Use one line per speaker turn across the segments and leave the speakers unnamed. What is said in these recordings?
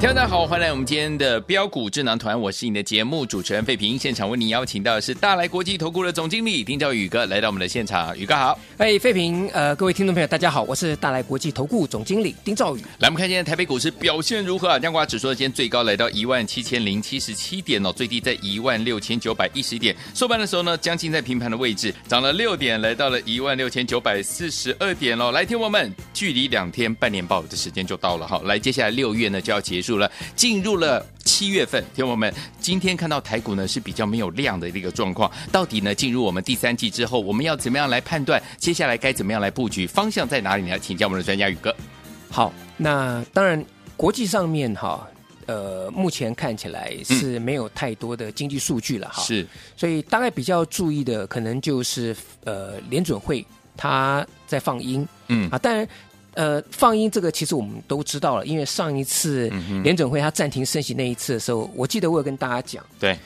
听众大家好，欢迎来我们今天的标股智囊团，我是你的节目主持人费平。现场为您邀请到的是大来国际投顾的总经理丁兆宇哥来到我们的现场，宇哥好。
哎，费平，呃，各位听众朋友，大家好，我是大来国际投顾总经理丁兆宇。
来，我们看现在台北股市表现如何啊？量化指数呢，今天最高来到一万七千零七十七点哦，最低在一万六千九百一十点。收盘的时候呢，将近在平盘的位置，涨了六点，来到了一万六千九百四十二点喽。来，听我们，距离两天半年报的时间就到了哈。来，接下来六月呢就要结束了，进入了七月份。听我们，今天看到台股呢是比较没有量的一个状况，到底呢进入我们第三季之后，我们要怎么样来判断？接下来该怎么样来布局？方向在哪里呢？请教我们的专家宇哥。
好，那当然，国际上面哈，呃，目前看起来是没有太多的经济数据了哈，，
是
所以大概比较注意的可能就是呃，联准会它在放鹰，
嗯
啊，当然。呃，放鹰这个其实我们都知道了，因为上一次
嗯
联准会它暂停升息那一次的时候，我记得我有跟大家讲，
对，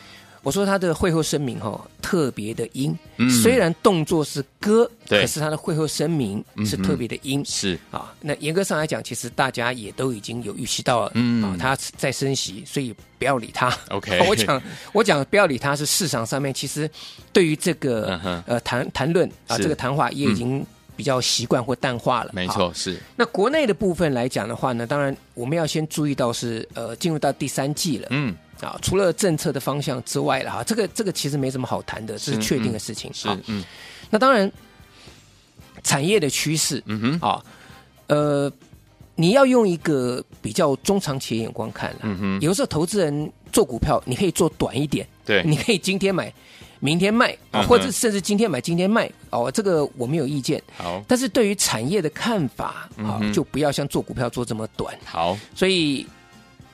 我说他的会后声明哈、哦、特别的阴，
嗯
虽然动作是歌，
对嗯
可是他的会后声明是特别的阴、
是
啊。那严格上来讲，其实大家也都已经有预期到了，
嗯
啊，他在升息，所以不要理他。
OK
我讲我讲不要理他是市场上面其实对于这个
嗯、哼
呃谈谈论啊
是嗯
这个谈话也已经比较习惯或淡化了，
没
啊
错，是
那国内的部分来讲的话呢，当然我们要先注意到是呃进入到第三季了，
嗯，
啊，除了政策的方向之外了哈，这个这个其实没什么好谈的，这是
是
确定的事情。
是
啊
嗯
那当然产业的趋势，
嗯哼，
啊，呃，你要用一个比较中长期的眼光看了。
嗯哼，
有时候投资人做股票，你可以做短一点，
对，
你可以今天买，明天卖啊，
嗯哼
或者甚至今天买今天卖哦，这个我没有意见。
好
但是对于产业的看法
嗯
啊，就不要像做股票做这么短。
好，
所以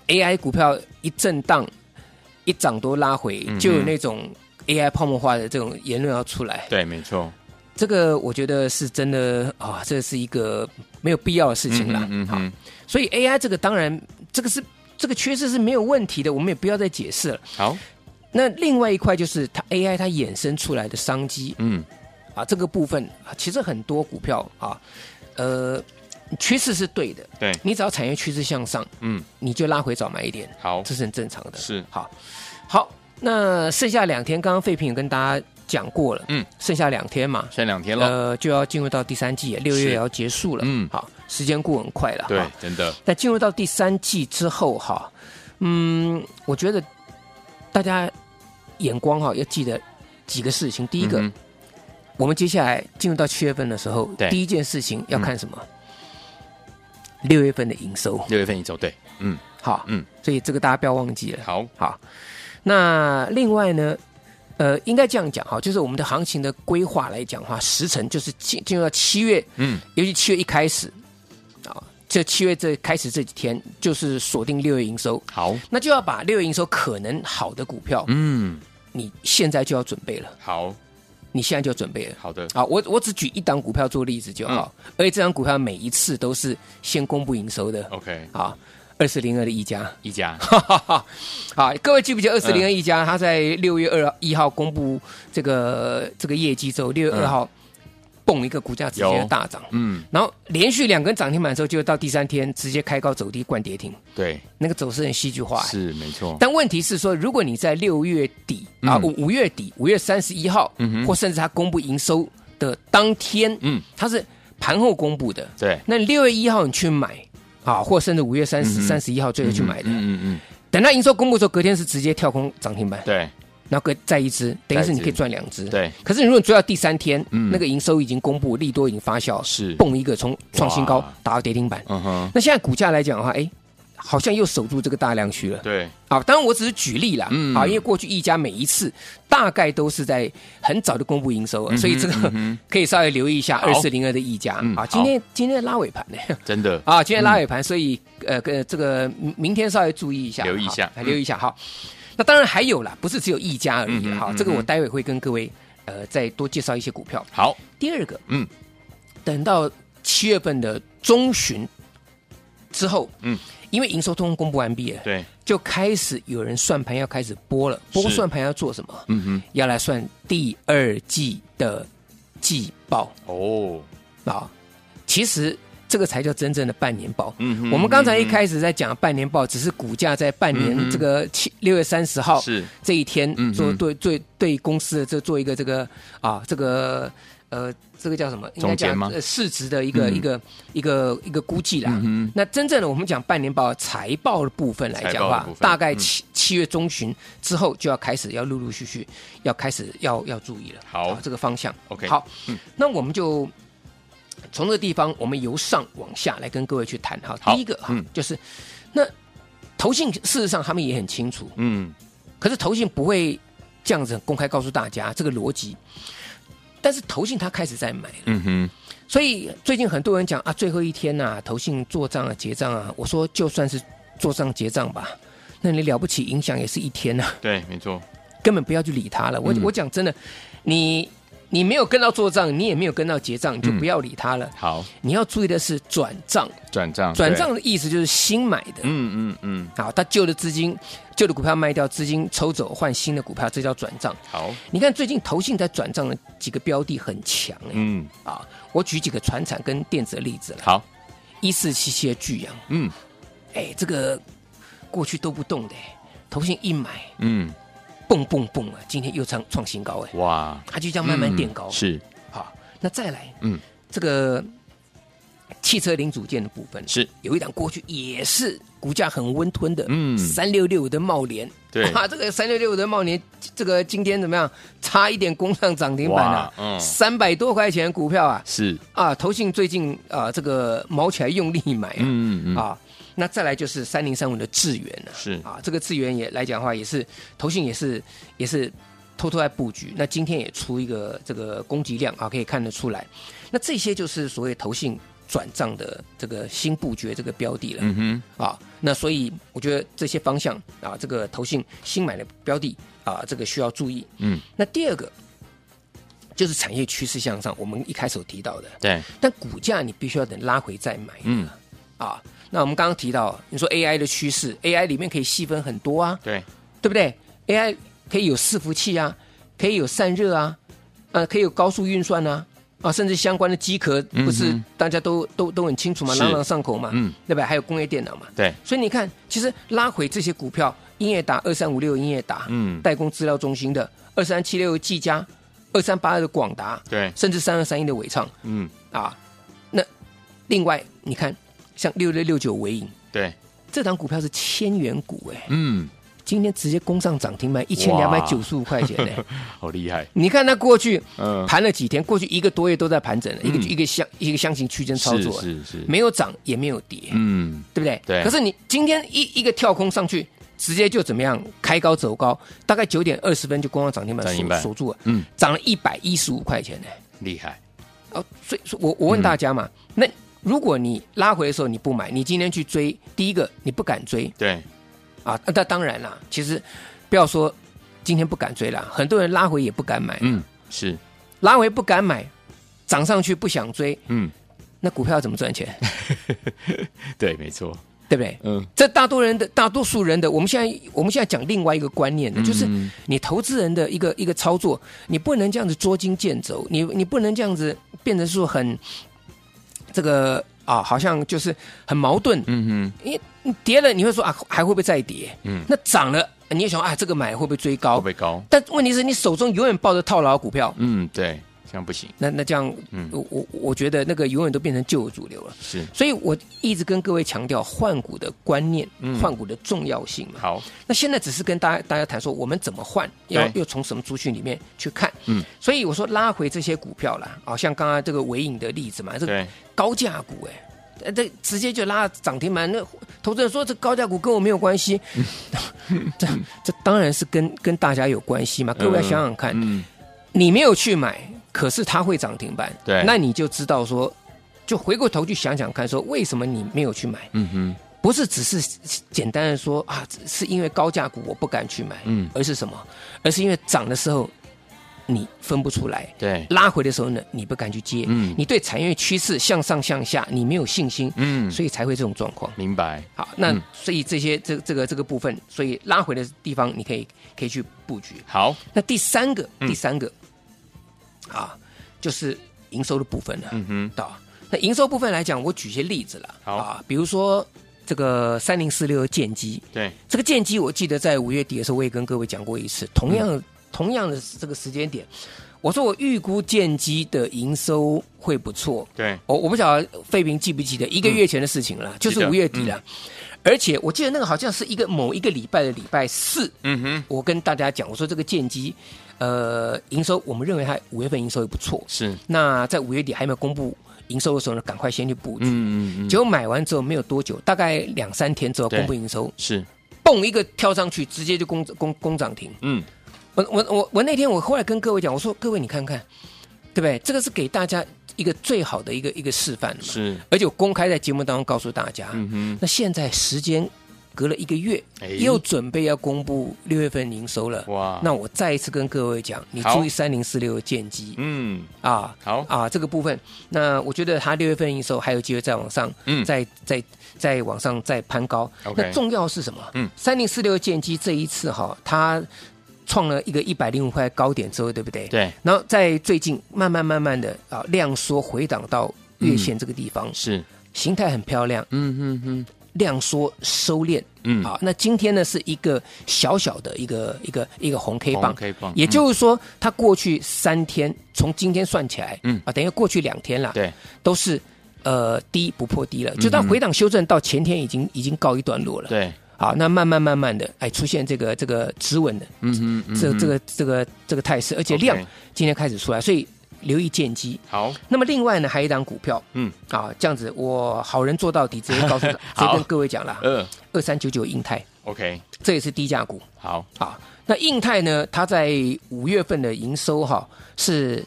AI 股票一震荡，一涨多拉回，
嗯
就有那种 AI 泡沫化的这种言论要出来。
对，没错，
这个我觉得是真的啊，这是一个没有必要的事情啦。
嗯
好，
哼，
所以 AI 这个当然这个是这个缺失是没有问题的，我们也不要再解释了。
好，
那另外一块就是它 AI 它衍生出来的商机
嗯，
啊，这个部分啊，其实很多股票啊，呃，趋势是对的，
对，
你只要产业趋势向上，
嗯，
你就拉回早买一点。
好，
这是很正常的。
是
好，好，那剩下两天，刚刚废品有跟大家讲过了，
嗯，
剩下两天嘛，
剩两天了，
呃，就要进入到第三季了，六
是
月也要结束了，
嗯
好，时间过很快了，
对
哈，
真的，
那进入到第三季之后，哈，嗯，我觉得大家眼光哈要记得几个事情，第一个，
嗯哼
我们接下来进入到七月份的时候
对，嗯
第一件事情要看什么？六、月份的营收，
六月份一周，对，嗯，
好，
嗯，
所以这个大家不要忘记了。
好，
好，那另外呢，呃，应该这样讲哈，就是我们的行情的规划来讲的话，时辰就是进进入到七月，
嗯，
尤其七月一开始啊，这七月这开始这几天就是锁定六月营收，
好，
那就要把六月营收可能好的股票，
嗯，
你现在就要准备了，
好，
你现在就要准备了。
好的，
啊，我我只举一档股票做例子就好，而且这档股票每一次都是先公布营收的
OK，
啊，二四零二的一家，
一家，
哈哈哈，好，各位记不记得二四零二一家，他在六月二一号公布这个这个业绩之后，六月二号蹦一个股价直接大涨，
嗯，
然后连续两根涨停板之后，就到第三天直接开高走低灌跌停，
对，
那个走势很戏剧化。
是没错，
但问题是说，如果你在六月底啊
嗯
五五月底五月三十一号，或甚至他公布营收的当天，
嗯，
它是盘后公布的，
对，
那六月一号你去买啊，或甚至五月三十
嗯哼
三十一号最后去买的，
嗯嗯嗯，
等到营收公布之后，隔天是直接跳空涨停板，
对，
然后隔再一只，等于
再
是
一
你
只
可以赚两只。
对，
可是你如果追到第三天，
嗯
那个营收已经公布，利多已经发酵，
是
蹦一个从创新高
哇
打到跌停板。
嗯哼，
那现在股价来讲的话，哎，好像又守住这个大量区了。
对，
啊，当然我只是举例啦，
嗯
啊，因为过去一家每一次大概都是在很早就公布营
嗯
收了，哦所以这个可以稍微留意一下
好
二四零二的溢价
嗯
啊。今天今天拉尾盘呢，
真的
啊，今天拉尾盘，所以呃呃，这个明明天稍微注意一下，
留意一下嗯
好留意一下哈。那当然还有啦，不是只有一家而
嗯
已
哼
哈
嗯，
这个我
哼
待会会跟各位呃再多介绍一些股票。
好，
第二个，
嗯，
等到七月份的中旬之后，
嗯，
因为营收通通公布完毕了，
对，
就开始有人算盘要开始拨了。拨
是
算盘要做什么？
嗯
要来算第二季的季报
哼，哦，
啊。其实这个才叫真正的半年报。
嗯哼
我们刚才一
嗯哼
开始在讲半年报，只是股价在
嗯
半
哼
年这个七六月三十号
是
这一天
嗯哼
做对对对公司的这做一个这个啊这个呃这个叫什么？应该
总结
讲
吗
呃市值的一个
嗯
一个一个一个估计啦
嗯哼。
那真正的我们讲半年报财报的部分来讲的
财报的
话
部，分
大概
嗯
七七月中旬之后就要开始要陆陆续续要开始要要注意了。
好
啊这个方向。
OK，嗯
好，那我们就从这个地方，我们由上往下来跟各位去谈哈。
好
第一个哈
嗯，
就是那投信事实上他们也很清楚，
嗯，
可是投信不会这样子公开告诉大家这个逻辑。但是投信他开始在买了，
嗯哼，
所以最近很多人讲啊，最后一天呐、投信做账啊、结账啊，我说就算是做账结账吧，那你了不起影响也是一天呐、
对，没错，
根本不要去理他了。我、
嗯
我讲真的，你你没有跟到做账，你也没有跟到结账，
嗯
你就不要理他了。
好，
你要注意的是转账，
转账，
转
对
账，的意思就是新买的。
嗯嗯嗯，
好，他旧的资金、旧的股票卖掉，资金抽走换新的股票，这叫转账。
好，
你看最近投信在转账的几个标的很强、欸，
嗯，
啊，我举几个船产跟电子的例子了，
好，
一四七七的巨阳，
嗯
哎，这个过去都不动的、欸，投信一买，
嗯，
蹦蹦蹦啊，今天又创创新高哎、欸，
哇，
它就这样慢慢垫高，
嗯是
好，那再来，
嗯
嗯，这个汽车零组件的部分
是
有一档过去也是股价很温吞的，
嗯
嗯，三六六的茂联，
对
啊，这个三六六的茂联，这个今天怎么样？差一点攻上涨停板
哇
啊，
嗯
嗯，三百多块钱的股票啊，
是，
啊，投信最近啊这个毛起来用力买啊，
嗯嗯嗯，
啊。那再来就是三零三五的智源了、啊，
是
啊，这个智源也来讲的话，也是投信也是也是偷偷在布局。那今天也出一个这个供给量啊，可以看得出来。那这些就是所谓投信转账的这个新布局的这个标的了、
嗯哼，
啊。那所以我觉得这些方向啊，这个投信新买的标的啊，这个需要注意。
嗯，
那第二个就是产业趋势向上，我们一开始有提到的，
对，
但股价你必须要等拉回再买。
嗯，
啊。那我们刚刚提到，你说 AI 的趋势，AI 里面可以细分很多啊，
对，
对不对？AI 可以有伺服器啊，可以有散热啊，啊，可以有高速运算啊，啊，甚至相关的机壳，
嗯哼
不是大家都、都都很清楚嘛，
是
朗朗上口嘛，
嗯
对吧？还有工业电脑嘛，
对，
所以你看，其实拉回这些股票，英业达二三五六英业达，
嗯
代工资料中心的二三七六技嘉，二三八二的广达，
对，
甚至三二三一的伟创
嗯，
啊，那另外你看，像六六六九伟影。
对，
这档股票是千元股哎、
嗯，
今天直接攻上涨停板一千两百九十五块钱哎、
好厉害，
你看它过去
嗯，
盘了几天，过去一个多月都在盘整了，一个
嗯
一个箱一个箱型区间操
是
作，
是是，
没有涨也没有跌，
嗯，
对不对？
对
可是你今天一一个跳空上去，直接就怎么样开高走高，大概九点二十分就攻上涨停板
涨停
锁
板
锁住了，
嗯，
涨了一百一十五块钱呢、
厉害，
哦，所以所以我我问
嗯
大家嘛，那如果你拉回的时候你不买，你今天去追，第一个你不敢追，
对，
啊，那当然啦，其实不要说今天不敢追啦，很多人拉回也不敢买，
嗯，是，
拉回不敢买，涨上去不想追，
嗯，
那股票要怎么赚钱？
对，没错，
对不对？
嗯，
这大多人的大多数人的，我们现在我们现在讲另外一个观念呢，就是
嗯
你投资人的一个一个操作，你不能这样子捉襟见肘，你你不能这样子变成说很这个啊，好像就是很矛盾，
嗯
因为你跌了你会说啊还会不会再跌？
嗯
嗯，那涨了你也想啊这个买会不会追
哼，会
高
不？会高？
但问题是你手中永远抱着套牢股票，
嗯，对，这样不行，
那那这样，
嗯
我我我觉得那个永远都变成旧有主流了。
是，
所以我一直跟各位强调换股的观念
嗯，
换股的重要性嘛。
好，
那现在只是跟大家大家谈说我们怎么换，要
对
又从什么族群里面去看。
嗯，
所以我说拉回这些股票啦，啊，像刚刚这个尾影的例子嘛，这个
对，
高价股哎、呃，这直接就拉涨停板。那投资人说这高价股跟我没有 关系，这这当然是跟跟大家有关系嘛。各位要想想看，
嗯，
你没有去买，可是它会涨停板，
对
那你就知道说，就回过头去想想看，说为什么你没有去买？
嗯哼，
不是只是简单的说啊，是因为高价股我不敢去买，
嗯
而是什么？而是因为涨的时候你分不出来，
对，
拉回的时候呢你不敢去接，
嗯
你对产业趋势向上向下你没有信心，
嗯，
所以才会这种状况。
明白，
好，那
嗯
所以这些这这个这个部分，所以拉回的地方你可以可以去布局。
好，
那第三个，
嗯
第三个、啊，就是营收的部分了、
嗯哼，
到那营收部分来讲，我举一些例子了。
好
啊，比如说这个三零四六剑机，
对，
这个剑机我记得在五月底的时候，我也跟各位讲过一次，同样、
嗯
同样的这个时间点，我说我预估剑机的营收会不错。
对，
我我不晓得费平记不记得一个月前的事情了，就
嗯
是
记得嗯
五月底了。而且我记得那个好像是一个某一个礼拜的礼拜四，
嗯哼，
我跟大家讲，我说这个剑机，呃，营收我们认为它五月份营收也不错，
是，
那在五月底还没有公布营收的时候呢，赶快先去布局。
嗯嗯嗯，
结果买完之后没有多久，大概两三天之后
对
公布营收，
是，
嘣一个跳上去，直接就攻攻攻涨停。
嗯，
我我我我那天我后来跟各位讲，我说各位你看看，对不对？这个是给大家一个最好的一个一个示范的嘛。
是，
而且我公开在节目当中告诉大家，
嗯哼，
那现在时间隔了一个月，
哎
又准备要公布六月份营收了。
哇
那我再一次跟各位讲，你
好
注意三零四六的剑机
嗯，
啊，
好，
啊，这个部分，那我觉得它六月份营收还有机会再往上，
嗯
再再再往上再攀高。
OK
那重要是什么？
嗯
三零四六剑机这一次哈，它创了一个一百零五块高点之后，对不对？。
对，
然后在最近慢慢慢慢的啊量缩回档到月线这个地方，
是，
形态很漂亮，
嗯哼哼，
量缩收敛。
嗯，
好，那今天呢是一个小小的一个一个一个红 K 棒，
可以棒，嗯
也就是说，它过去三天，从今天算起来，
嗯
啊，等于过去两天了，
嗯，对，嗯
都是呃低不破低了，就它回档修正到前天已经已经告一段落了。，
对，
好，那慢慢慢慢的，哎，出现这个这个止稳的
嗯哼，嗯
这
哼
这个这个这个态势，而且
OK
量今天开始出来，所以留意见机。
好，
那么另外呢，还有一档股票
嗯，
啊，这样子我好人做到底，直接 告诉直接
好
跟各位讲了，
呃
二三九九印泰，
，OK，
这也是低价股。
好，
啊。那印泰呢，它在五月份的营收哈、是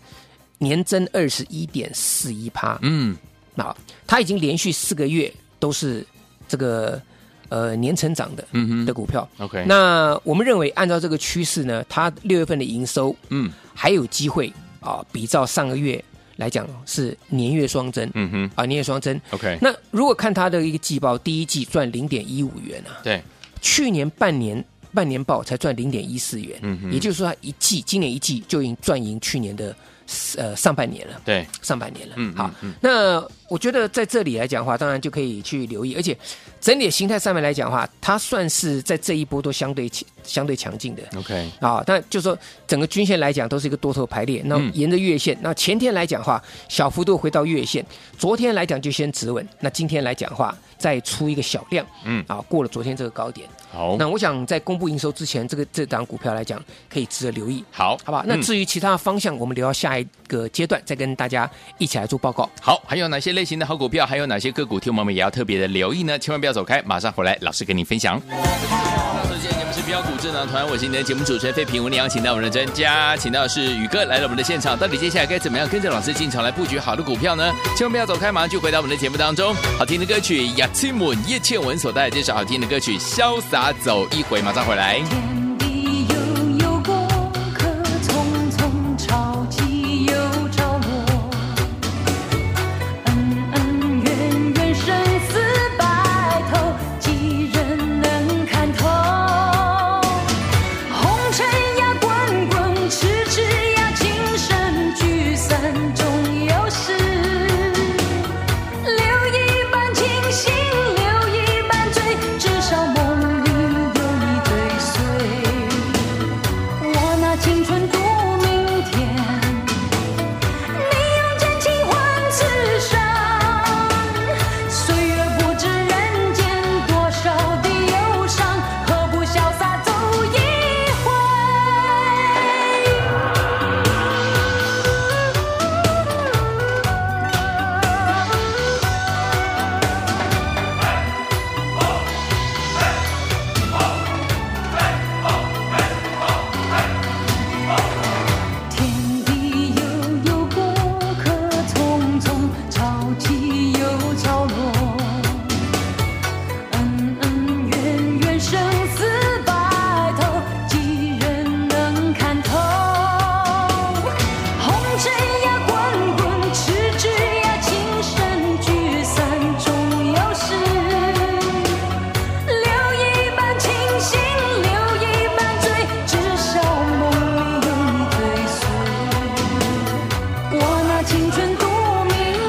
年增二十一点四一趴，
嗯，
啊，它已经连续四个月都是这个呃年成长的
嗯哼
的股票。
，OK，
那我们认为，按照这个趋势呢，它六月份的营收
嗯
还有机会啊，比照上个月来讲是年月双增
嗯哼
啊，年月双增。
，OK，
那如果看它的一个季报，第一季赚零点一五元啊，
对，
去年半年半年报才赚零点一四元，
嗯哼
也就是说它一季今年一季就已经赚赢去年的呃上半年了，
对，
上半年了。
嗯，
好，
嗯，
那我觉得在这里来讲的话，当然就可以去留意，而且整体的形态上面来讲的话，它算是在这一波都相对强相对强劲的。
嗯，OK，
啊，但就是说整个均线来讲都是一个多头排列，那
嗯
沿着月线，那前天来讲的话，小幅度回到月线，昨天来讲就先止稳，那今天来讲的话再出一个小量，
嗯哦
啊，过了昨天这个高点，
好，
那我想在公布营收之前，这个这档股票来讲可以值得留意，
好，
好吧？那
嗯
至于其他的方向，我们留到下一个阶段再跟大家一起来做报告。
好，还有哪些类型的好股票，还有哪些个股，听我们也要特别的留意呢？千万不要走开，马上回来，老师跟你分享。首先，节目是标股智囊团，我是你的节目主持人费平。我们邀请到我们的专家，请到的是宇哥来到我们的现场。到底接下来该怎么样跟着老师进场来布局好的股票呢？千万不要走开，马上就回到我们的节目当中。好听的歌曲《雅琪姆》，叶倩文所带来这首好听的歌曲《潇洒走一回》，马上回来。
天地悠悠，过客匆匆，潮起又潮落。恩恩怨怨，生死白头，几人能看透？红尘呀，滚滚；痴痴呀，情深。聚散终有时，留一半清醒，留一半醉，至少梦里有你追随。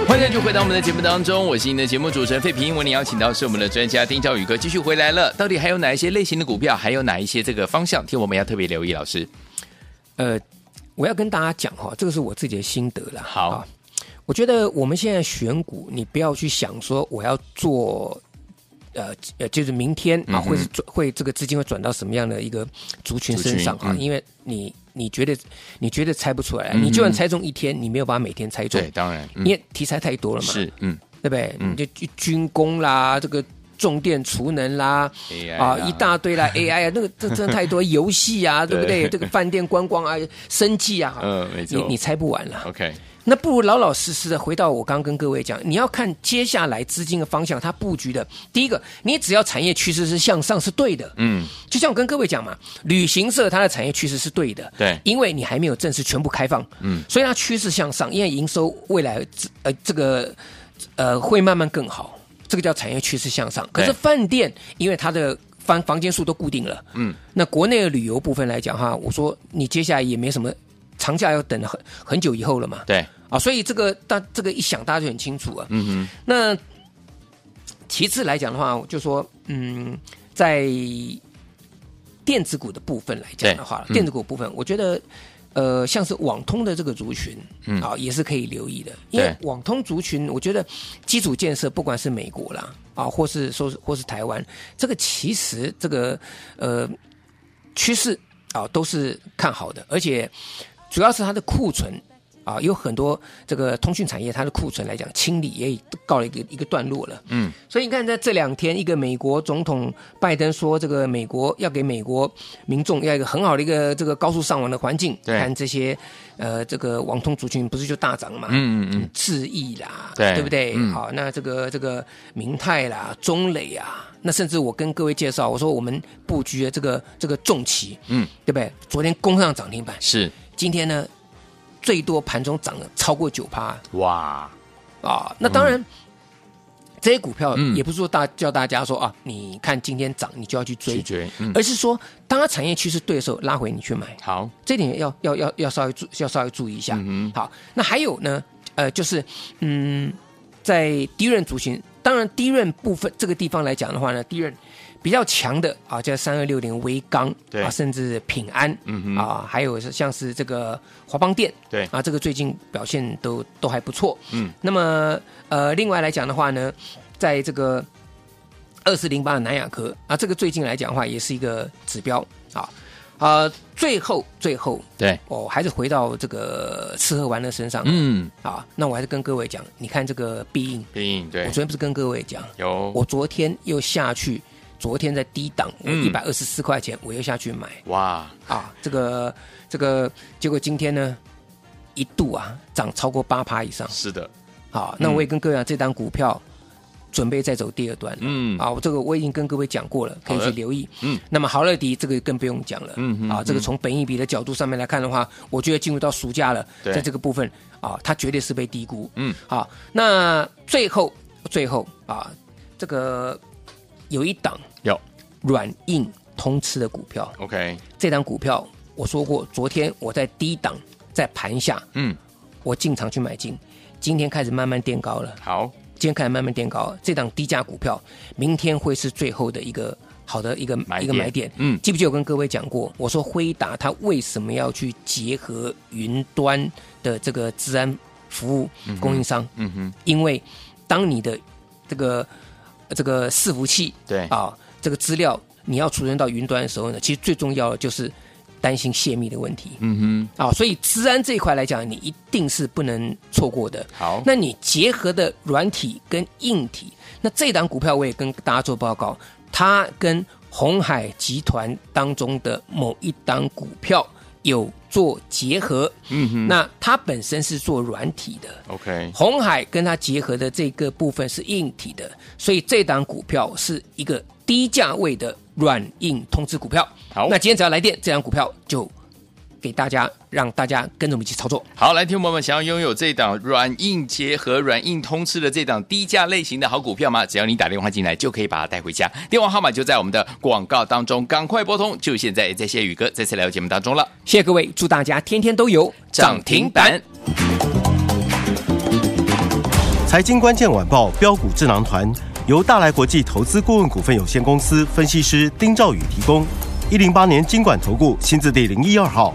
欢迎再就回到我们的节目当中，我是您的节目主持人费平。为您邀请到是我们的专家丁兆宇哥继续回来了。到底还有哪一些类型的股票，还有哪一些这个方向，听我们要特别留意，老师。
呃，我要跟大家讲哈，这个是我自己的心得啦。
好
啊，我觉得我们现在选股，你不要去想说我要做。呃呃，就是明天啊，
嗯哼
会是转会这个资金会转到什么样的一个族群
族群
身上啊？
嗯
因为你你觉得你觉得猜不出来，啊
嗯哼
你就算猜中一天，你没有把它每天猜中，
对，当然，嗯
因为题材太多了嘛，
是，嗯
对不对？
嗯
你就军军工啦，这个重电储能啦，
，AI
啊，一大 堆啦，AI 啊，那个这真的太多，游戏啊，对不
对
对？这个饭店观光啊，生计啊，
嗯没错
你你猜不完啊了。
OK，
那不如老老实实的回到我刚刚跟各位讲，你要看接下来资金的方向，它布局的第一个，你只要产业趋势是向上是对的，
嗯，
就像我跟各位讲嘛，旅行社它的产业趋势是对的，
对
因为你还没有正式全部开放，嗯，所以它趋势向上，因为营收未来呃这个呃会慢慢更好，这个叫产业趋势向上。可
对
是饭店因为它的房房间数都固定了，嗯，那国内的旅游部分来讲哈，我说你接下来也没什么长假要等很很久以后了嘛，
对，
啊，所以这个大这个一想大家就很清楚啊，
嗯
那其次来讲的话，我就说，嗯，在电子股的部分来讲的话，
对嗯
电子股部分，我觉得，呃，像是网通的这个族群，
嗯
啊，也是可以留意的，因为
对
网通族群，我觉得基础建设，不管是美国啦，啊，或是说是或是台湾，这个其实这个呃趋势啊都是看好的，而且主要是它的库存啊，有很多这个通讯产业它的库存来讲清理也已告了一个一个段落了。
嗯，
所以你看，在这两天，一个美国总统拜登说，这个美国要给美国民众要一个很好的一个这个高速上网的环境。
对
看这些呃这个网通族群不是就大涨嘛？
哼，。嗯嗯嗯，
智易啦，
对
不对？
嗯
好，那这个这个明泰啦、中磊啊，那甚至我跟各位介绍，我说我们布局的这个这个重旗，
嗯，
对不对？昨天攻上涨停板，
是，
今天呢最多盘中涨了超过九趴
哇，
啊！那当然，这些股票
嗯
也不是说大叫大家说啊，你看今天涨你就要去追
拒，绝，嗯，
而是说当它产业趋势对的时候拉回你去买，
好，
这点要要要要稍微注要稍微注意一下。
嗯
好，那还有呢，呃，就是嗯，在低润族群，当然低润部分这个地方来讲的话呢，低润比较强的啊，叫三二六零微钢，
对
啊，甚至品安，
嗯哼
啊，还有是像是这个华邦电，
对
啊，这个最近表现都都还不错，
嗯，
那么呃，另外来讲的话呢，在这个二四零八的南亚科啊，这个最近来讲的话也是一个指标啊。呃，最后最后
对，
哦，还是回到这个吃喝玩乐身上。
嗯，
啊，那我还是跟各位讲，你看这个必应，
对
我
对
昨，天不是跟各位讲，
有，
我昨天又下去，昨天在低档，我
嗯
一百二十四块钱，我又下去买
哇，
啊，这个这个，结果今天呢，一度啊涨超过八趴以上。
是的，
好，那我也跟各位讲，这档股票准备再走第二段。
嗯，
啊，我这个我已经跟各位讲过了，可以
好的
去留意。
嗯，
那么豪乐迪这个更不用讲了。
嗯哼
啊，这个从本益比的角度上面来看的话，我觉得进入到暑假了，
对
在这个部分啊，它绝对是被低估。
嗯，
好，那最后最后啊，这个有一档
有
软硬通吃的股票，
，OK，
这档股票我说过，昨天我在低档在盘下
嗯，
我进场去买进，今天开始慢慢垫高了。
好，
今天开始慢慢垫高，这档低价股票明天会是最后的一个好的一个
买点
一个买点。
嗯
记不记得我跟各位讲过，我说辉达它为什么要去结合云端的这个治安服务供应商？
嗯哼，
因为当你的这个这个伺服器
对，
啊这个资料你要储存到云端的时候呢，其实最重要的就是担心泄密的问题。
嗯
啊，所以治安这一块来讲，你一定是不能错过的。
好
那你结合的软体跟硬体，那这档股票我也跟大家做报告，它跟红海集团当中的某一档股票有做结合。嗯哼，那它本身是做软体的，
哼，OK，
红海跟它结合的这个部分是硬体的，所以这档股票是一个低价位的软硬通知股票。
好
那今天只要来电，这档股票就给大家，让大家跟着我们一起操作。
好，来，听众朋友们，想要拥有这档软硬结合、软硬通吃的这档低价类型的好股票吗？只要你打电话进来，就可以把它带回家。电话号码就在我们的广告当中，赶快拨通！就现在，也在谢谢宇哥再次来到节目当中了，
谢谢各位，祝大家天天都有
涨停板。
财经关键晚报标股智囊团由大来国际投资顾问股份有限公司分析师丁兆宇提供。一零八年经管投顾新字第零一二号。